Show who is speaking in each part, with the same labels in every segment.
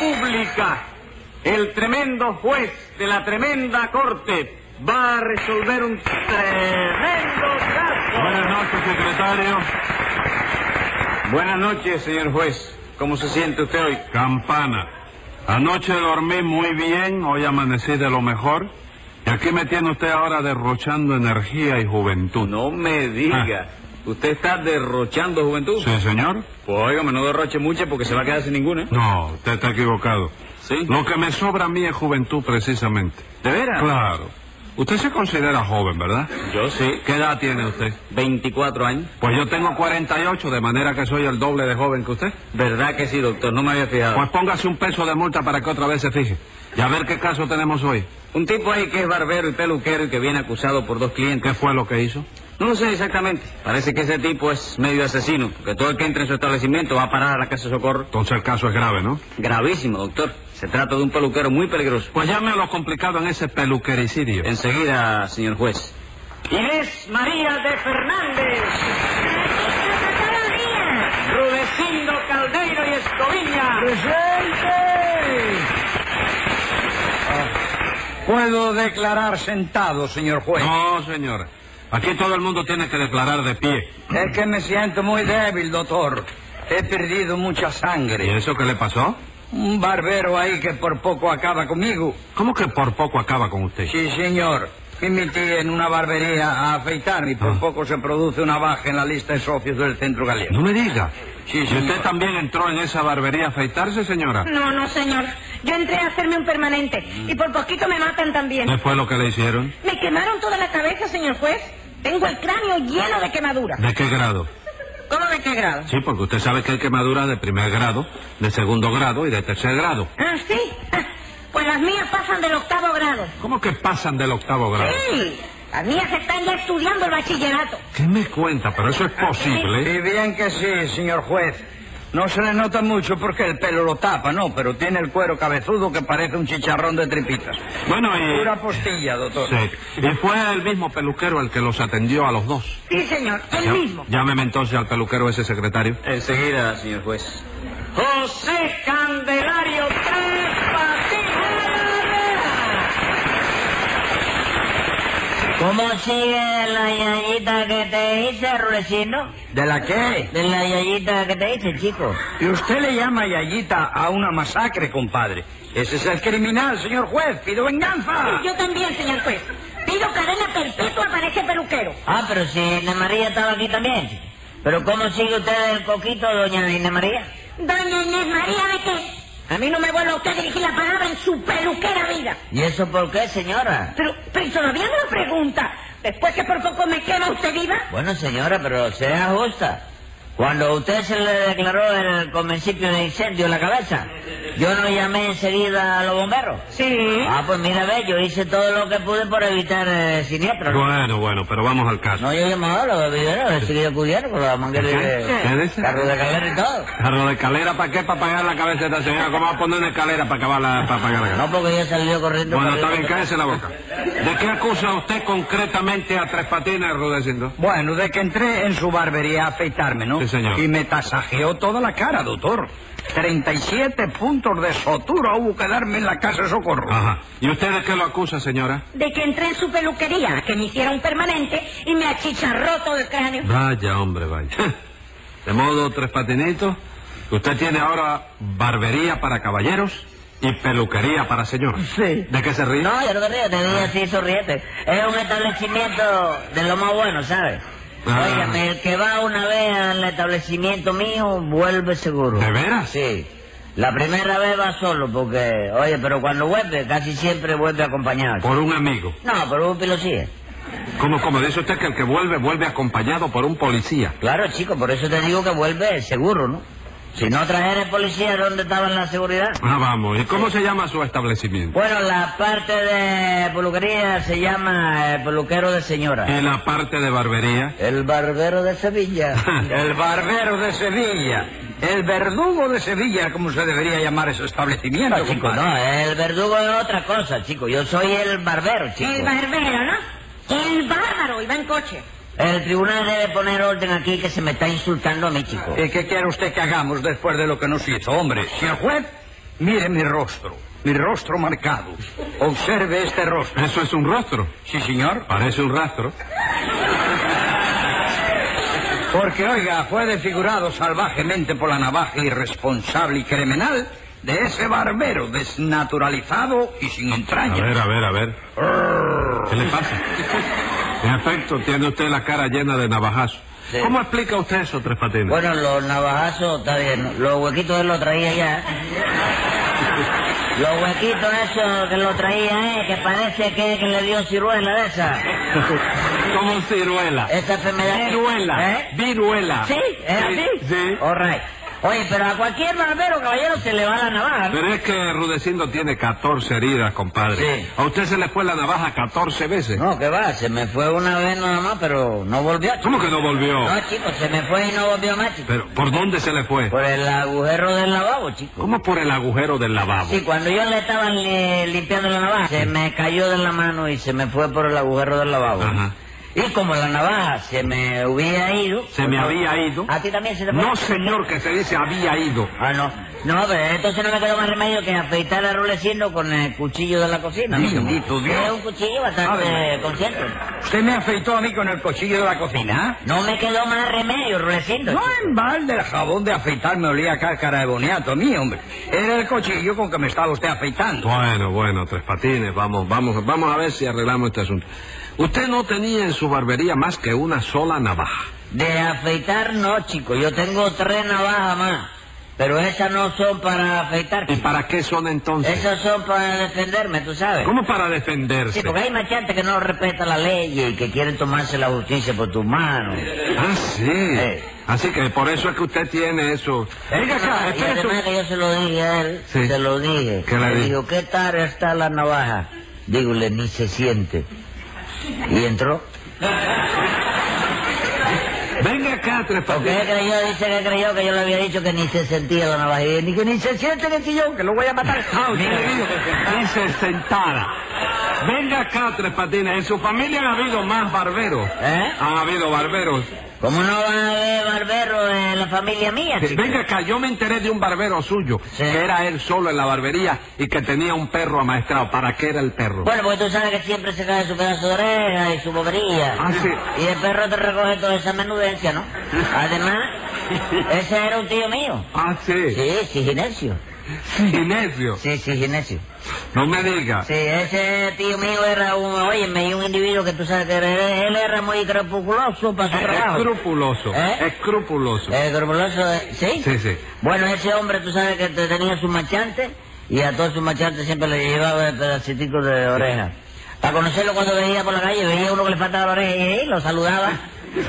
Speaker 1: pública. El tremendo juez de la tremenda corte va a resolver un tremendo caso.
Speaker 2: Buenas noches, secretario.
Speaker 1: Buenas noches, señor juez. ¿Cómo se siente usted hoy?
Speaker 2: Campana. Anoche dormí muy bien, hoy amanecí de lo mejor. Y aquí me tiene usted ahora derrochando energía y juventud. Ah.
Speaker 1: No me diga. ¿Usted está derrochando juventud?
Speaker 2: ¿Sí, señor?
Speaker 1: Pues óigame, no derroche mucha porque se va a quedar sin
Speaker 2: ¿eh?
Speaker 1: ninguna.
Speaker 2: No, usted está equivocado.
Speaker 1: ¿Sí?
Speaker 2: Lo que me sobra a mí es juventud, precisamente.
Speaker 1: ¿De veras?
Speaker 2: Claro. Usted se considera joven, ¿verdad?
Speaker 1: Yo sí.
Speaker 2: ¿Qué edad tiene usted?
Speaker 1: 24 años.
Speaker 2: Pues yo tengo 48, de manera que soy el doble de joven que usted.
Speaker 1: ¿Verdad que sí, doctor? No me había
Speaker 2: Pues
Speaker 1: fijado.
Speaker 2: póngase un peso de multa para que otra vez se fije. Y a ver qué caso tenemos hoy.
Speaker 1: Un tipo ahí que es barbero y peluquero y que viene acusado por dos clientes.
Speaker 2: ¿Qué fue lo que hizo?
Speaker 1: No lo sé exactamente. Parece que ese tipo es medio asesino, porque todo el que entra en su establecimiento va a parar a la casa de socorro.
Speaker 2: Entonces el caso es grave, ¿no?
Speaker 1: Gravísimo, doctor. Se trata de un peluquero muy peligroso.
Speaker 2: Pues llame a lo complicado en ese peluquericidio.
Speaker 1: Enseguida, señor juez. Inés María de Fernández. Rudecindo Caldeiro y Escoviña.
Speaker 3: Ah, Puedo declarar sentado, señor juez.
Speaker 2: No, señora. Aquí todo el mundo tiene que declarar de pie.
Speaker 3: Es que me siento muy débil, doctor. He perdido mucha
Speaker 2: ¿Y
Speaker 3: sangre.
Speaker 2: eso qué le pasó?
Speaker 3: Un barbero ahí que por poco acaba conmigo.
Speaker 2: ¿Cómo que por poco acaba con usted?
Speaker 3: Sí, señor. Me metí en una barbería a afeitarme y por
Speaker 2: Ah.
Speaker 3: poco se produce una baja en la lista de socios del centro
Speaker 2: No
Speaker 3: gallego.
Speaker 2: me diga.
Speaker 3: Sí,
Speaker 2: ¿Y usted
Speaker 3: señor.
Speaker 2: también entró en esa barbería a afeitarse, señora?
Speaker 4: No, no, señor. Yo entré a hacerme un permanente
Speaker 5: Mm.
Speaker 4: y por poquito me matan
Speaker 5: Ah.
Speaker 4: también.
Speaker 2: ¿Qué fue lo que le hicieron?
Speaker 4: Me quemaron toda la cabeza, señor juez. Tengo el cráneo lleno de quemaduras.
Speaker 2: ¿De qué grado?
Speaker 4: ¿Cómo de qué grado?
Speaker 2: Sí, porque usted sabe que hay quemaduras de primer grado, de segundo grado y de tercer grado.
Speaker 4: Ah, sí. Ah, Pues las mías pasan del octavo grado.
Speaker 2: ¿Cómo que pasan del octavo grado?
Speaker 4: Sí. Las mías están ya estudiando el bachillerato.
Speaker 2: ¿Qué me cuenta? Pero eso es posible.
Speaker 3: Y bien que sí, señor juez. No se le nota mucho porque el pelo lo tapa, no, pero tiene el cuero cabezudo que parece un chicharrón de tripitas.
Speaker 2: Bueno, y...
Speaker 3: Pura postilla, doctor.
Speaker 2: Sí. Y fue el mismo peluquero el que los atendió a los dos.
Speaker 4: Sí, señor. El
Speaker 2: Ya-
Speaker 4: mismo.
Speaker 2: Llámeme entonces al peluquero ese secretario.
Speaker 1: Enseguida, señor juez. José Candelario Tres Patines.
Speaker 5: ¿Cómo sigue la yayita que te hice, Rulecino?
Speaker 3: ¿De la qué?
Speaker 5: De la yayita que te hice, chico.
Speaker 3: Y usted le llama Yayita a una masacre, compadre. Ese es el criminal, señor juez. Pido venganza.
Speaker 4: Y Yo también, señor juez. Pido cadena perpetua para ese peluquero.
Speaker 5: Ah, pero si Inés María estaba aquí también, chico. ¿Pero cómo sigue usted el coquito, doña Inés María?
Speaker 4: Doña Inés María, ¿de qué? A mí no me vuelve usted a dirigir la palabra en su peluquera vida.
Speaker 5: ¿Y eso por qué, señora?
Speaker 4: Pero, pero todavía me lo pregunta. Después que por poco me quema usted viva.
Speaker 5: Bueno, señora, pero sea justa. Cuando usted se le declaró el convencipio de incendio en la cabeza, yo no llamé enseguida a los bomberos.
Speaker 4: Sí.
Speaker 5: Ah, pues mira, ve, yo hice todo lo que pude por evitar eh, siniestros. ¿no?
Speaker 2: Bueno, bueno, pero vamos al caso.
Speaker 5: No, yo llamaba a los viveros, he seguido cuidando con la manguera
Speaker 2: ¿Qué? ¿Qué
Speaker 5: de
Speaker 2: dice?
Speaker 5: carro de calera y todo.
Speaker 2: Pero de escalera, ¿para qué? ¿Para pagar la cabeza de esta señora? ¿Cómo va a poner una escalera para, acabar la, para pagar la cabeza?
Speaker 5: No, porque yo salió corriendo.
Speaker 2: Bueno,
Speaker 5: para
Speaker 2: está bien,
Speaker 5: arriba.
Speaker 2: cállese la boca. ¿De qué acusa usted concretamente a Tres Patines, Rudecindo?
Speaker 3: Bueno, de que entré en su barbería a afeitarme, ¿no?
Speaker 2: Sí, señor.
Speaker 3: Y me tasajeó toda la cara, doctor. 37 puntos de sotura hubo que darme en la casa de socorro.
Speaker 2: Ajá. ¿Y usted de qué lo acusa, señora?
Speaker 4: De que entré en su peluquería, que me hicieron permanente y me achicharró todo el cráneo.
Speaker 2: Vaya, hombre, vaya. De modo, Tres Patinitos, usted tiene ahora barbería para caballeros y peluquería para señoras.
Speaker 5: Sí.
Speaker 2: ¿De qué se ríe?
Speaker 5: No, yo no me río, te digo así, sonriente. Es un establecimiento de lo más bueno, ¿sabes?
Speaker 2: Ah.
Speaker 5: Óigame, el que va una vez al establecimiento mío vuelve seguro.
Speaker 2: ¿De veras?
Speaker 5: Sí. La primera vez va solo, porque, oye, pero cuando vuelve, casi siempre vuelve acompañado.
Speaker 2: Por un amigo.
Speaker 5: No, pero un pilosía.
Speaker 2: ¿Cómo, cómo? Dice usted que el que vuelve, vuelve acompañado por un policía.
Speaker 5: Claro, chico, por eso te digo que vuelve seguro, ¿no? Si no trajera el policía, ¿dónde estaba la seguridad?
Speaker 2: Ah, vamos. ¿Y cómo se llama su establecimiento?
Speaker 5: Bueno, la parte de peluquería se llama eh, peluquero de señora.
Speaker 2: En la parte de barbería.
Speaker 5: El barbero de Sevilla.
Speaker 3: El barbero de Sevilla. El verdugo de Sevilla, como se debería llamar ese establecimiento,
Speaker 5: No, chico,
Speaker 3: compadre.
Speaker 5: no, el verdugo es otra cosa, chico. Yo soy el barbero, chico.
Speaker 4: El barbero, ¿no? El bárbaro iba en coche.
Speaker 5: El tribunal debe poner orden aquí que se me está insultando a mí, chico.
Speaker 3: ¿Y qué quiere usted que hagamos después de lo que nos hizo, hombre? Señor juez, Mire mi rostro, mi rostro marcado. Observe este rostro.
Speaker 2: Eso es un rostro.
Speaker 3: Sí, señor.
Speaker 2: Parece un rastro.
Speaker 3: Porque, oiga, fue desfigurado salvajemente por la navaja irresponsable y criminal de ese barbero desnaturalizado y sin
Speaker 2: A
Speaker 3: entrañas.
Speaker 2: ver, a ver, a ver. ¿Qué le pasa? En efecto, tiene usted la cara llena de navajazos.
Speaker 5: Sí.
Speaker 2: ¿Cómo explica usted eso, Tres Patines?
Speaker 5: Bueno, los navajazos, está bien. Los huequitos él los traía ya. Los huequitos esos que lo traía, eh, que parece que, que le dio ciruela de esa.
Speaker 1: Como ciruela.
Speaker 5: Esa enfermedad.
Speaker 1: Viruela.
Speaker 5: ¿Eh?
Speaker 1: Viruela.
Speaker 5: ¿Sí? ¿Es así?
Speaker 2: sí.
Speaker 5: All right. Oye, pero a cualquier barbero, caballero, se le va la navaja, ¿no?
Speaker 2: Pero es que Rudecindo tiene 14 heridas, compadre.
Speaker 5: Sí.
Speaker 2: A usted se le fue la navaja 14 veces.
Speaker 5: No, que va, se me fue una vez nada más, pero no volvió. chico.
Speaker 2: ¿Cómo que no volvió?
Speaker 5: No, chico, se me fue y no volvió más, chico.
Speaker 2: Pero, ¿por dónde se le fue?
Speaker 5: Por el agujero del lavabo, chico.
Speaker 2: ¿Cómo por el agujero del lavabo?
Speaker 5: Sí, cuando yo le estaba li- limpiando la navaja, se me cayó de la mano y se me fue por el agujero del lavabo.
Speaker 2: Ajá.
Speaker 5: Y como la navaja se me hubiera ido...
Speaker 2: Se me había ido.
Speaker 5: ¿A ti también se te fue?
Speaker 2: No, Oh, señor, que se dice había ido.
Speaker 5: Ah, no. No, pero entonces no me quedó más remedio que afeitar a Rulecindo con el cuchillo de la cocina. amigo.
Speaker 3: Bendito Dios.
Speaker 5: Es un cuchillo bastante
Speaker 3: Ave.
Speaker 5: consciente.
Speaker 3: Usted me afeitó a mí con el cuchillo de la cocina. ¿eh?
Speaker 5: No me quedó más remedio, Rulecindo.
Speaker 3: No en balde el jabón de afeitar me olía a cáscara de boniato a mí, hombre. Era el cuchillo con que me estaba usted afeitando.
Speaker 2: Bueno, bueno, Tres Patines, vamos, vamos, vamos a ver si arreglamos este asunto. Usted no tenía en su barbería más que una sola navaja.
Speaker 5: De afeitar no, chico. Yo tengo tres navajas más. Pero esas no son para afeitar.
Speaker 2: ¿Y
Speaker 5: chico.
Speaker 2: para qué son entonces?
Speaker 5: Esas son para defenderme, tú sabes.
Speaker 2: ¿Cómo para defenderse?
Speaker 5: Sí, porque hay marchantes que no respetan la ley y que quieren tomarse la justicia por tus manos.
Speaker 2: Ah, sí.
Speaker 5: Eh.
Speaker 2: Así que por eso es que usted tiene eso. Venga acá, este
Speaker 5: y
Speaker 2: espere su-
Speaker 5: además que yo se lo dije a él,
Speaker 2: Sí.
Speaker 5: se lo dije.
Speaker 2: ¿Qué le
Speaker 5: Me
Speaker 2: dijo?
Speaker 5: dijo, ¿qué tal está la navaja? Dígole, ni se siente. Y entró.
Speaker 2: Venga acá, Tres
Speaker 5: Porque
Speaker 2: Patines.
Speaker 5: él creyó, dice que creyó que yo le había dicho que ni se sentía la navaja. Y ni que ni se siente ni que yo, que lo voy a matar.
Speaker 2: Ah, usted le dijo que se sentara. Venga acá, Tres Patines. En su familia han habido más barberos.
Speaker 5: ¿Eh?
Speaker 2: Han habido barberos.
Speaker 5: ¿Cómo no van a haber barberos en la familia mía, chico?
Speaker 2: Venga acá, yo me enteré de un barbero suyo,
Speaker 5: Sí.
Speaker 2: que era él solo en la barbería y que tenía un perro amaestrado. ¿Para qué era el perro?
Speaker 5: Bueno, porque tú sabes que siempre se cae su pedazo de oreja y su bobería.
Speaker 2: Ah, sí.
Speaker 5: Y el perro te recoge toda esa menudencia, ¿no? Además, ese era un tío mío.
Speaker 2: Ah, sí.
Speaker 5: Sí, sí, Ginesio.
Speaker 2: Sinesio.
Speaker 5: Sí, sí, Ginesio.
Speaker 2: No me diga.
Speaker 5: Sí, ese tío mío era un, óyeme, y un individuo que tú sabes que era, él era muy crepusculoso para su trabajo.
Speaker 2: Escrupuloso.
Speaker 5: ¿Eh?
Speaker 2: Escrupuloso.
Speaker 5: Eh, crepusculoso, eh, ¿sí?
Speaker 2: Sí, sí.
Speaker 5: Bueno, ese hombre tú sabes que te- tenía su machante y a todos sus machantes siempre le llevaba pedacitos de oreja. Para conocerlo cuando veía por la calle, veía uno que le faltaba la oreja y eh, lo saludaba.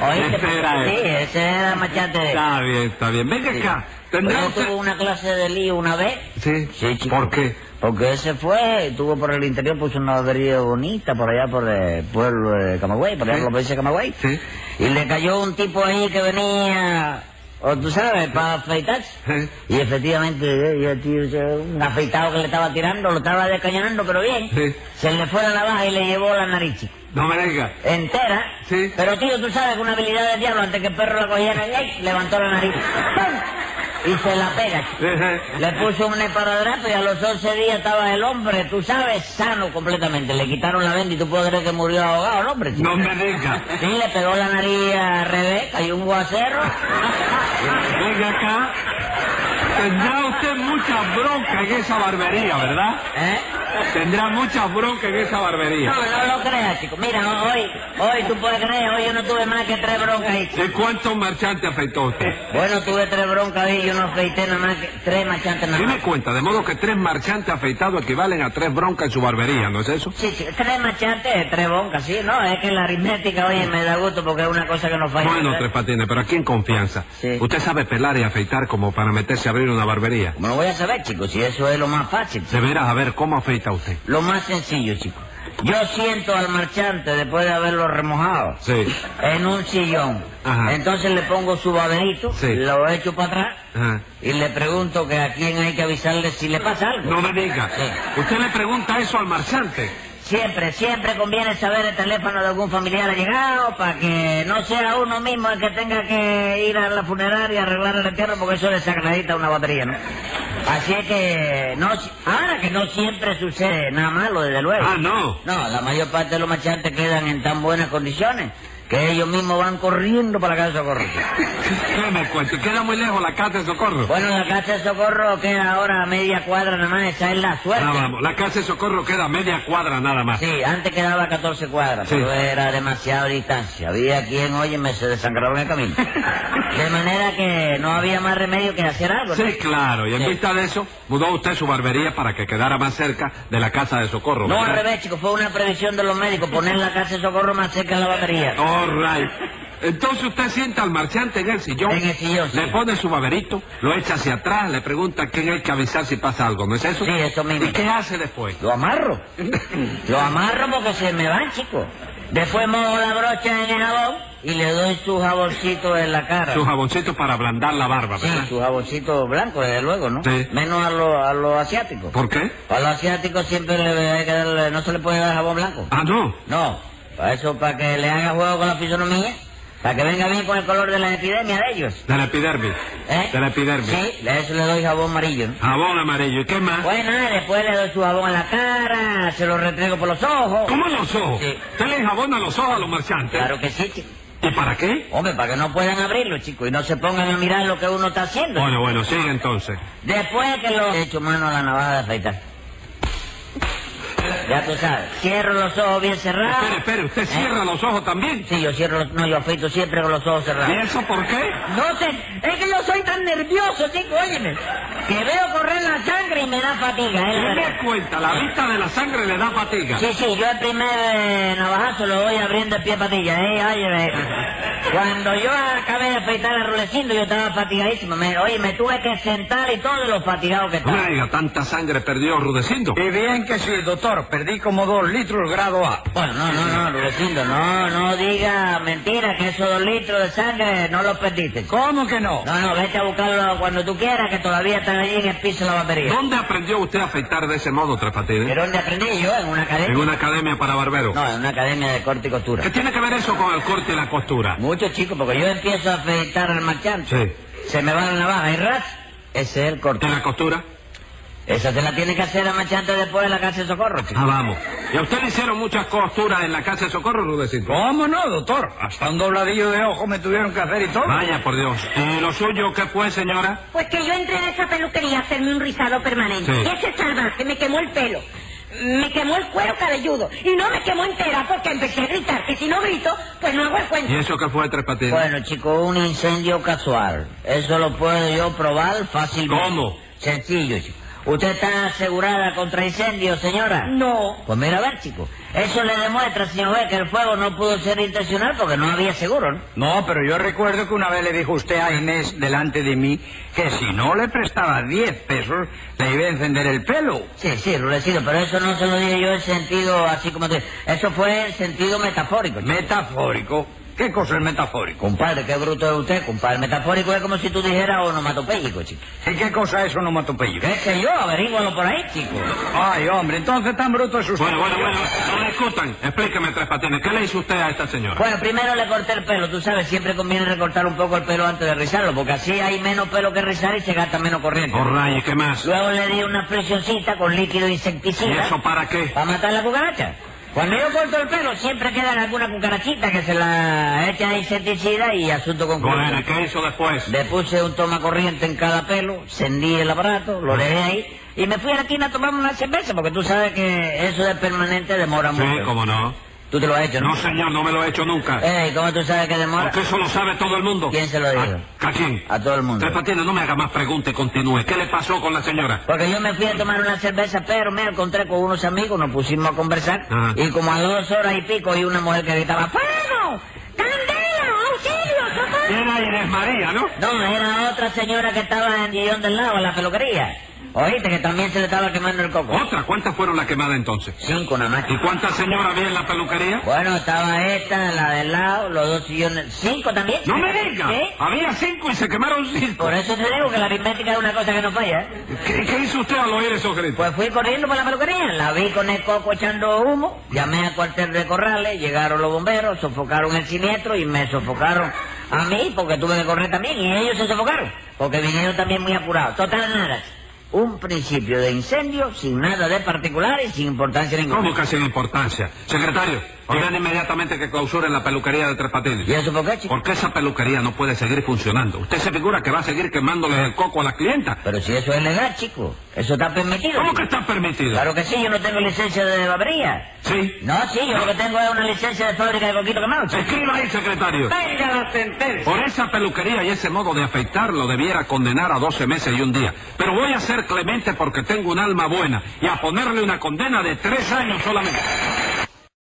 Speaker 5: Oíste,
Speaker 2: Ese era
Speaker 5: sí,
Speaker 2: él.
Speaker 5: ese era el machante de él.
Speaker 2: Está bien, está bien. Venga acá. Tendrá
Speaker 5: Yo
Speaker 2: usted-
Speaker 5: tuve una clase de lío una vez
Speaker 2: Sí.
Speaker 5: Sí, chico.
Speaker 2: ¿Por qué?
Speaker 5: Porque ese fue, estuvo por el interior, puso una barbería bonita por allá por el pueblo de Camagüey, por allá
Speaker 2: Sí.
Speaker 5: por la provincia de Camagüey.
Speaker 2: Sí.
Speaker 5: Y le cayó un tipo ahí que venía, o tú sabes, para afeitarse.
Speaker 2: Sí.
Speaker 5: Y efectivamente, eh, y el tío, eh, un afeitado que le estaba tirando, lo estaba descañonando, pero bien.
Speaker 2: Sí.
Speaker 5: Se le fue la navaja y le llevó la nariz, chico.
Speaker 2: No me diga.
Speaker 5: Entera.
Speaker 2: Sí.
Speaker 5: Pero tío, tú sabes que una habilidad del diablo, antes que el perro la cogiera, ¡ay! levantó la nariz. ¡Pum! Y se la pega, chico.
Speaker 2: Eh,
Speaker 5: Le puso un esparadrapo y a los 11 días estaba el hombre, tú sabes, sano completamente. Le quitaron la venda y tú puedes creer que murió ahogado el hombre. chico.
Speaker 2: No me diga.
Speaker 5: Sí, le pegó la nariz a Rebeca y un guacerro.
Speaker 2: Venga acá. Tendrá usted mucha bronca en esa barbería, ¿verdad?
Speaker 5: ¿Eh?
Speaker 2: Tendrá mucha bronca en esa
Speaker 5: No,
Speaker 2: barbería.
Speaker 5: no lo creas, chico. Mira, no, hoy, hoy tú puedes creer, hoy yo no tuve más que tres broncas ahí. chico.
Speaker 2: ¿De cuántos marchantes afeitó usted?
Speaker 5: Bueno, tuve tres broncas ahí, yo no afeité nada más que tres machantes nada más.
Speaker 2: Dime cuenta, de modo que tres marchantes afeitados equivalen a tres broncas en su barbería, ¿no es eso?
Speaker 5: Sí, sí, tres machantes, tres broncas, sí, no, es que la aritmética, oye, me da gusto porque es una cosa que no falla.
Speaker 2: Bueno,
Speaker 5: ¿verdad?
Speaker 2: Tres Patines, pero aquí en confianza.
Speaker 5: Sí.
Speaker 2: Usted sabe pelar y afeitar como para meterse a abrir una barbería.
Speaker 5: ¿Cómo lo voy a saber, chico? Si eso es lo más fácil.
Speaker 2: De veras, a ver, ¿cómo afeita usted?
Speaker 5: Lo más sencillo, chico. Yo siento al marchante después de haberlo remojado
Speaker 2: Sí.
Speaker 5: en un sillón.
Speaker 2: Ajá.
Speaker 5: Entonces le pongo su baberito,
Speaker 2: Sí.
Speaker 5: lo echo para atrás
Speaker 2: Ajá.
Speaker 5: y le pregunto que a quién hay que avisarle si le pasa algo.
Speaker 2: No me diga.
Speaker 5: Sí.
Speaker 2: Usted le pregunta eso al marchante.
Speaker 5: Siempre, siempre conviene saber el teléfono de algún familiar allegado para que no sea uno mismo el que tenga que ir a la funeraria a arreglar el entierro porque eso desacredita una batería, ¿no? Así es que no, si- ahora que no siempre sucede nada malo, desde luego.
Speaker 2: Ah, no.
Speaker 5: No, la mayor parte de los machantes quedan en tan buenas condiciones que ellos mismos van corriendo para la casa de socorro.
Speaker 2: ¿Qué me cuento? Queda muy lejos la casa de socorro.
Speaker 5: Bueno, la casa de socorro queda ahora a media cuadra nada más, esa es la suerte.
Speaker 2: Ah, vamos, la casa de socorro queda a media cuadra nada más.
Speaker 5: Sí, antes quedaba 14 cuadras,
Speaker 2: Sí.
Speaker 5: pero era demasiada distancia. Había quien, oye, me se desangraba en el camino. De manera que no había más remedio que hacer algo. ¿no?
Speaker 2: Sí, claro, y en
Speaker 5: Sí.
Speaker 2: vista de eso, mudó usted su barbería para que quedara más cerca de la casa de socorro.
Speaker 5: No, al
Speaker 2: ¿verdad?
Speaker 5: revés, chico, fue una previsión de los médicos, poner la casa de socorro más cerca de la batería.
Speaker 2: All right. Entonces usted sienta al marchante en el sillón.
Speaker 5: En el sillón, sí.
Speaker 2: Le pone su baberito, lo echa hacia atrás, le pregunta a quién hay que avisar si pasa algo, ¿no es eso?
Speaker 5: Sí, eso mismo.
Speaker 2: ¿Y qué hace después?
Speaker 5: Lo amarro. Lo amarro porque se me van, chico. Después mojo la brocha en el jabón y le doy su jaboncito en la cara.
Speaker 2: Su jaboncito para ablandar la barba,
Speaker 5: Sí,
Speaker 2: ¿verdad?
Speaker 5: su jaboncito blanco, desde luego, ¿no?
Speaker 2: Sí.
Speaker 5: Menos a los a los asiáticos.
Speaker 2: ¿Por qué?
Speaker 5: A los asiáticos siempre le- hay que darle- no se le puede dar jabón blanco.
Speaker 2: Ah, no.
Speaker 5: No, para eso, para que le haga juego con la fisonomía, para que venga bien con el color de la epidemia de ellos.
Speaker 2: De la epidermis.
Speaker 5: ¿eh?
Speaker 2: De la epidermis.
Speaker 5: Sí, a eso le doy jabón amarillo. ¿no?
Speaker 2: Jabón amarillo. ¿Y qué más?
Speaker 5: Pues nada, después le doy su jabón en la cara, se lo retrego por los ojos.
Speaker 2: ¿Cómo los ojos?
Speaker 5: Sí.
Speaker 2: ¿Usted le enjabona los ojos a los marchantes?
Speaker 5: Claro que sí, chico.
Speaker 2: ¿Y para qué?
Speaker 5: Hombre, para que no puedan abrirlo, chicos, y no se pongan a mirar lo que uno está haciendo.
Speaker 2: Bueno, bueno, sigue entonces.
Speaker 5: Después que lo he hecho mano a la navaja de afeitar. Ya tú sabes, cierro los ojos bien cerrados.
Speaker 2: Espere, espere, ¿usted
Speaker 5: ¿Eh?
Speaker 2: cierra los ojos también?
Speaker 5: Sí, yo cierro los... No, yo afeito siempre con los ojos cerrados.
Speaker 2: ¿Y eso por qué?
Speaker 5: No sé, es que yo soy tan nervioso, chico, óyeme, que veo correr la sangre y me da fatiga,
Speaker 2: ¿Qué
Speaker 5: es verdad.
Speaker 2: me cuenta? La vista de la sangre le da fatiga.
Speaker 5: Sí, sí, yo el primer eh, navajazo lo voy abriendo el pie a patilla, ¿eh? Óyeme, cuando yo acabé de afeitar a Rulecindo yo estaba fatigadísimo, me, oye, me tuve que sentar y todo de lo fatigado que
Speaker 2: No
Speaker 5: estaba.
Speaker 2: me diga, tanta sangre perdió Rudecindo.
Speaker 3: Y bien que sí, doctor. Perdí como dos litros grado A.
Speaker 5: Bueno, no, no, no, Rulecindo, no, no diga mentiras que esos dos litros de sangre no los perdiste.
Speaker 3: ¿Cómo que no?
Speaker 5: No, no, vete a buscarlo cuando tú quieras, que todavía están allí en el piso de la batería.
Speaker 2: ¿Dónde aprendió usted a afeitar de ese modo, Tres Patines?
Speaker 5: ¿Pero dónde aprendí yo? ¿En una academia?
Speaker 2: En una academia para barberos.
Speaker 5: No, en una academia de corte y costura.
Speaker 2: ¿Qué tiene que ver eso con el corte y la costura?
Speaker 5: Muchos chicos, porque yo empiezo a afeitar al marchante. Se me va la navaja y ras, ese es el
Speaker 2: ¿De
Speaker 5: corte.
Speaker 2: la costura?
Speaker 5: Esa te la tiene que hacer al marchante después de la casa de socorro, chico.
Speaker 2: Ah, vamos. ¿Y a usted le hicieron muchas costuras en la casa de socorro, Rudecindo?
Speaker 3: ¿Cómo no, doctor? Hasta un dobladillo de ojo me tuvieron que hacer y todo.
Speaker 2: Vaya, por Dios. ¿Y lo suyo qué fue, señora?
Speaker 4: Pues que yo entré a esa peluquería a hacerme un rizado permanente.
Speaker 2: Sí.
Speaker 4: Ese salvaje me quemó el pelo. Me quemó el cuero cabelludo. Y no me quemó entera porque empecé a gritar. Que si no grito, pues no hago el cuento.
Speaker 2: ¿Y eso qué fue, Tres Patines?
Speaker 5: Bueno, chico, un incendio casual. Eso lo puedo yo probar fácilmente.
Speaker 2: ¿Cómo?
Speaker 5: Sencillo, chico. ¿Usted está asegurada contra incendios, señora?
Speaker 4: No.
Speaker 5: Pues mira, a ver, chico. Eso le demuestra, señor B, que el fuego no pudo ser intencional porque no había seguro, ¿no?
Speaker 3: No, pero yo recuerdo que una vez le dijo usted a Inés delante de mí que si no le prestaba 10 pesos, le iba a encender el pelo.
Speaker 5: Sí, sí, Rudecido, pero eso no se lo dije yo en sentido así como te... Eso fue en sentido metafórico. chico.
Speaker 3: Metafórico. ¿Qué cosa es metafórico?
Speaker 5: Compadre, qué bruto es usted, compadre. Metafórico es como si tú dijeras onomatopéyico, chico.
Speaker 3: ¿Y qué cosa es onomatopeya?
Speaker 5: ¿Qué sé yo? Averígualo por ahí, chico.
Speaker 3: Ay, eh? hombre, entón entonces tan bruto es usted.
Speaker 2: Bueno, bueno, bueno. No discutan. Explíqueme, Tres Patines. ¿Qué le hizo usted a esta señora?
Speaker 5: Bueno, primero le corté el pelo. Tú sabes, siempre conviene recortar un poco el pelo antes de rizarlo, porque así hay menos pelo que rizar y se gasta menos corriente.
Speaker 2: Oh, rayos, ¿qué más?
Speaker 5: Luego le di una presioncita con líquido
Speaker 2: ¿Y
Speaker 5: insecticida
Speaker 2: eso para qué?
Speaker 5: para matar la cucaracha. Cuando yo corto el pelo, siempre queda alguna cucarachita que se la echa insecticida y asunto con
Speaker 2: Bueno, ¿y qué hizo después?
Speaker 5: Le puse un toma corriente en cada pelo, encendí el aparato,
Speaker 2: Ah.
Speaker 5: lo dejé ahí y me fui a la tienda a tomarme una cerveza porque tú sabes que eso de permanente demora
Speaker 2: Sí,
Speaker 5: mucho.
Speaker 2: cómo no.
Speaker 5: Tú te lo has hecho, ¿no?
Speaker 2: No, señor, no me lo he hecho nunca.
Speaker 5: Ey, ¿cómo tú sabes que demora?
Speaker 2: Porque eso lo sabe todo el mundo. Ah,
Speaker 5: ¿Quién se lo dijo?
Speaker 2: ¿A, a quién?
Speaker 5: A todo el mundo.
Speaker 2: Tres Patines, no me haga más preguntas y continúe. ¿Qué le pasó con la señora?
Speaker 5: Porque yo me fui a tomar una cerveza, pero me encontré con unos amigos, nos pusimos a conversar
Speaker 2: Ajá.
Speaker 5: y como a dos horas y pico y una mujer que gritaba
Speaker 4: ¡Fuego!
Speaker 5: ¡Fuego!
Speaker 4: ¡Candela! ¡Auxilio! ¡Socorro!
Speaker 2: Era Inés María, ¿no?
Speaker 5: No, era otra señora que estaba en el guión del lado, en la peluquería. Oíste que también se le estaba quemando el coco.
Speaker 2: Otra, ¿cuántas fueron las quemadas entonces?
Speaker 5: Cinco nada más.
Speaker 2: ¿Y cuántas señoras había en la peluquería?
Speaker 5: Bueno, estaba esta, la del lado, los dos sillones. ¿Cinco también?
Speaker 2: No me diga.
Speaker 5: ¿Sí?
Speaker 2: Había cinco y se quemaron cinco.
Speaker 5: Por eso te digo que la aritmética es una cosa que no falla. ¿eh?
Speaker 2: ¿Qué, qué hizo usted al oír esos gritos?
Speaker 5: Pues fui corriendo para la peluquería, la vi con el coco echando humo, llamé al cuartel de Corrales, llegaron los bomberos, sofocaron el siniestro y me sofocaron a mí porque tuve que correr también y ellos se sofocaron porque vinieron también muy apurados. Total, nada. un principio de incendio sin nada de particular y sin importancia ninguna.
Speaker 2: ¿Cómo que sin importancia? Secretario,
Speaker 5: ¿Eh?
Speaker 2: ordene inmediatamente que clausuren la peluquería de Tres Patines.
Speaker 5: ¿Y eso por qué, chico?
Speaker 2: Porque esa peluquería no puede seguir funcionando. Usted se figura que va a seguir quemándoles el coco a la clienta.
Speaker 5: Pero si eso es legal, chico. Eso está permitido.
Speaker 2: ¿Cómo
Speaker 5: chico.
Speaker 2: que está permitido?
Speaker 5: Claro que sí, yo no tengo licencia de barbería.
Speaker 2: Sí.
Speaker 5: No, sí, yo lo que tengo es una licencia de fábrica de coquito quemado. chico.
Speaker 2: Escriba ahí, secretario.
Speaker 1: Venga la sentencia.
Speaker 2: Por esa peluquería y ese modo de afeitar lo debiera condenar a 12 meses y un día. Pero voy a ser clemente porque tengo un alma buena y a ponerle una condena de tres años solamente.